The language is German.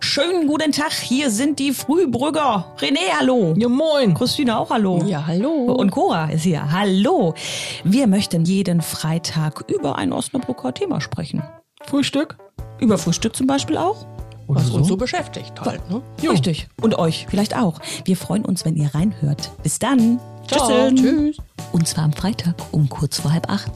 Schönen guten Tag, hier sind die Frühbrügger. René, hallo. Ja, moin. Christine auch, hallo. Ja, hallo. Und Cora ist hier, hallo. Wir möchten jeden Freitag über ein Osnabrücker Thema sprechen. Frühstück? Über Frühstück zum Beispiel auch. Oder Was so? uns so beschäftigt halt, ne? Richtig. Und euch vielleicht auch. Wir freuen uns, wenn ihr reinhört. Bis dann. Ciao. Tschüsseln. Tschüss. Und zwar am Freitag um kurz vor halb acht.